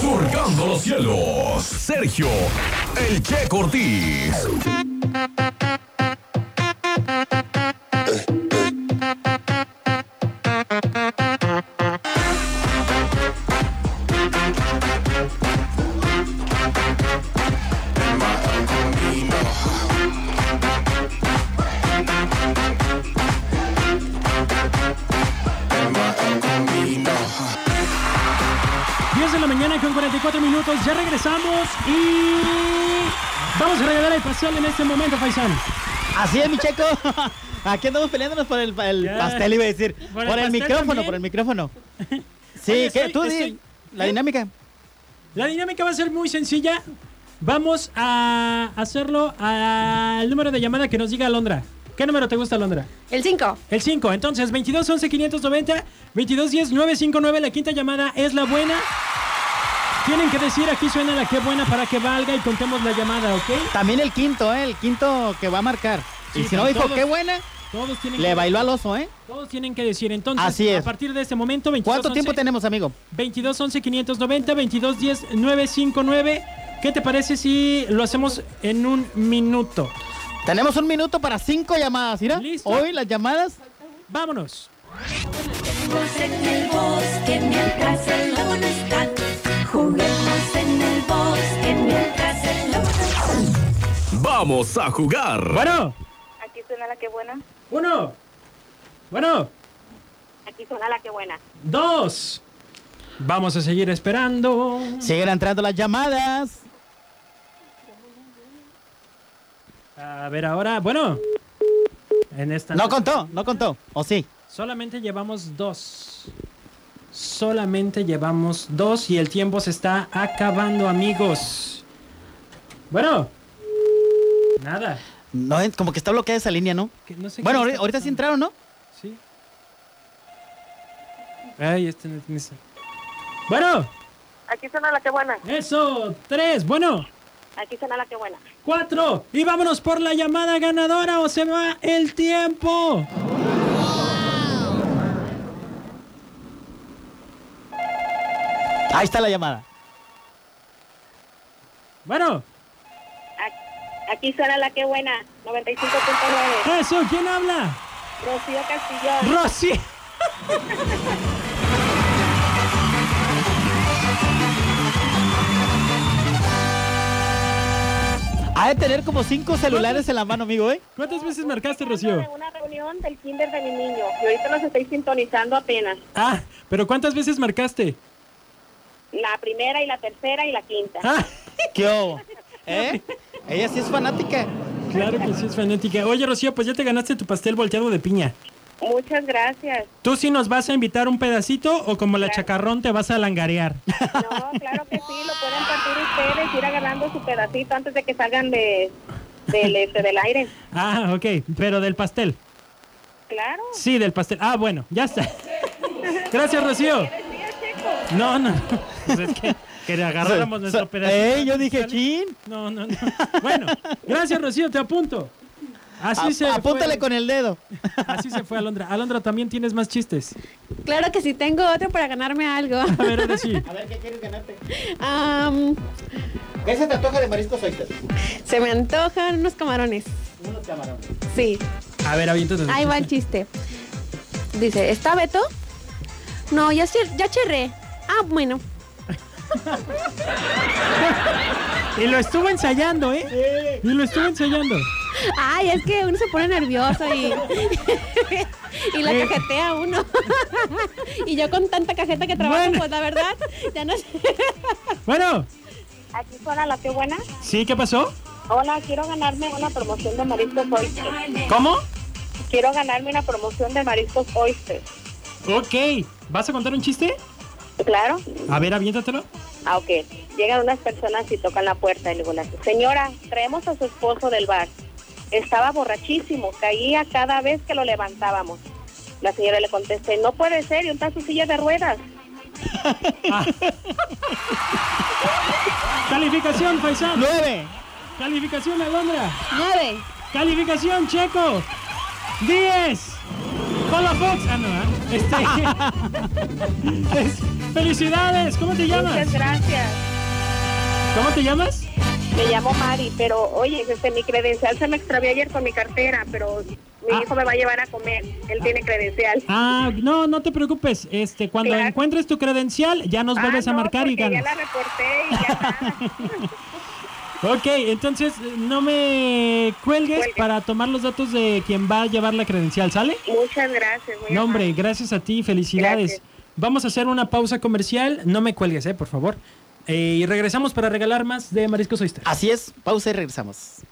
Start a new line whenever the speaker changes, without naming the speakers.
Surcando los cielos, Sergio, el Che Cortés.
ya regresamos y vamos a regalar el pastel en este momento, Faisán.
Así es, mi checo. Aquí andamos peleándonos por el, el yeah. pastel, iba a decir. Por, por el, el micrófono, también. por el micrófono. Sí, Oye, ¿qué? Estoy, tú estoy... ¿Eh? di la dinámica.
La dinámica va a ser muy sencilla. Vamos a hacerlo al número de llamada que nos diga Alondra. ¿Qué número te gusta, Londra?
El 5.
El 5. Entonces, 22 11 590 22 10 959. La quinta llamada es la buena. Tienen que decir aquí suena la que buena para que valga y contemos la llamada, ¿ok?
También el quinto, ¿eh? El quinto que va a marcar. Sí, y si no dijo qué buena, todos tienen le que bailó decir. al oso, ¿eh?
Todos tienen que decir. Entonces, Así es. a partir de este momento, 22,
¿Cuánto 11, tiempo tenemos, amigo?
22 11 590 22 10 959. ¿Qué te parece si lo hacemos en un minuto?
Tenemos un minuto para cinco llamadas, ¿ira? ¿Listo? Hoy las llamadas.
Vámonos.
en el bosque mientras el lobo no está. Juguemos en el bosque mientras el lobo
Vamos a jugar.
Bueno.
Aquí suena la que buena.
Uno. Bueno.
Aquí suena la que buena.
Dos. Vamos a seguir esperando.
Siguen entrando las llamadas.
A ver ahora, bueno. En esta
no contó, no contó. ¿O sí?
Solamente llevamos dos. Solamente llevamos dos y el tiempo se está acabando, amigos. Bueno. Nada.
No, como que está bloqueada esa línea, ¿no? no sé bueno, ahorita, ahorita sí entraron, ¿no?
Sí. Ay, este no es Bueno.
Aquí suena la que buena.
Eso, tres, bueno.
Aquí suena la que buena.
Cuatro. Y vámonos por la llamada ganadora o se va el tiempo.
Ahí está la llamada.
Bueno.
Aquí suena la que buena, 95.9.
Eso, ¿quién habla?
Rocío Castillón.
Rocío.
Ha de tener como cinco celulares en la mano, amigo, ¿eh?
¿Cuántas veces marcaste, Rocío?
De una reunión del kinder de mi niño. Y ahorita los estoy sintonizando apenas.
Ah, pero ¿cuántas veces marcaste?
la primera y la tercera y la quinta. Ah,
¿Qué hubo? ¿Eh? Ella sí es fanática.
Claro que sí es fanática. Oye, Rocío, pues ya te ganaste tu pastel volteado de piña.
Muchas gracias.
¿Tú sí nos vas a invitar un pedacito o como la claro. chacarrón te vas a langarear?
No, claro que sí, lo pueden partir ustedes, ir agarrando su pedacito antes de que salgan de, del, este, del aire.
Ah, ok, pero del pastel.
Claro.
Sí, del pastel. Ah, bueno, ya está. Gracias, Rocío. No, no. Pues es que, que le agarráramos so, nuestro so, pedazo.
¡Ey! Yo dije, chin.
No, no, no. Bueno, gracias, Rocío, te apunto. Así
A,
se
apúntale
fue.
con el dedo.
Así se fue Alondra. Alondra, también tienes más chistes.
Claro que sí, tengo otro para ganarme algo. A
ver, ahora sí.
A ver, ¿qué quieres ganarte?
Um,
¿Qué se te antoja de mariscos oysters?
Se me antojan unos camarones.
Unos camarones.
Sí.
A ver, aviéntate.
Ahí va el chiste. Dice, ¿está Beto? No, ya, ya cherré. Ah, bueno.
y lo estuvo ensayando, ¿eh? Sí. Y lo estuvo ensayando.
Ay, es que uno se pone nervioso y, y la cajetea uno. y yo con tanta cajeta que trabajo, bueno. pues la verdad, ya no sé.
bueno.
Aquí fuera la que buena.
Sí, ¿qué pasó?
Hola, quiero ganarme una promoción de mariscos oysters.
¿Cómo?
Quiero ganarme una promoción de mariscos oysters.
Ok, ¿vas a contar un chiste?
Claro.
A ver, aviéntatelo.
Ah, ok. Llegan unas personas y tocan la puerta y luego las señora, traemos a su esposo del bar. Estaba borrachísimo, caía cada vez que lo levantábamos. La señora le contesta, no puede ser, y un su silla de ruedas.
Ah. Calificación, Faisán.
Nueve.
Calificación, Alondra.
Nueve.
Calificación, Checo. Diez. Paula Fox. Ah, no, ¿ah? Este, es- felicidades. ¿Cómo te llamas?
Muchas gracias.
¿Cómo te llamas?
Me llamo Mari, pero oye, este, mi credencial se me extravió ayer con mi cartera, pero mi
Ah.
hijo me va a llevar a comer. Él tiene credencial.
Ah, no, no te preocupes. Este, cuando
Claro.
encuentres tu credencial, ya nos
Ah,
vuelves a
no,
marcar y
porque
ganas.
Ya la reporté y ya nada.
Ok, entonces eh, no me cuelgues
Cuelgue.
para tomar los datos de quien va a llevar la credencial, ¿sale?
Muchas gracias. muy
No,
amable.
hombre, gracias a ti, felicidades.
Gracias.
Vamos a hacer una pausa comercial. No me cuelgues, eh, por favor. Eh, y regresamos para regalar más de Marisco Soyster.
Así es, pausa y regresamos.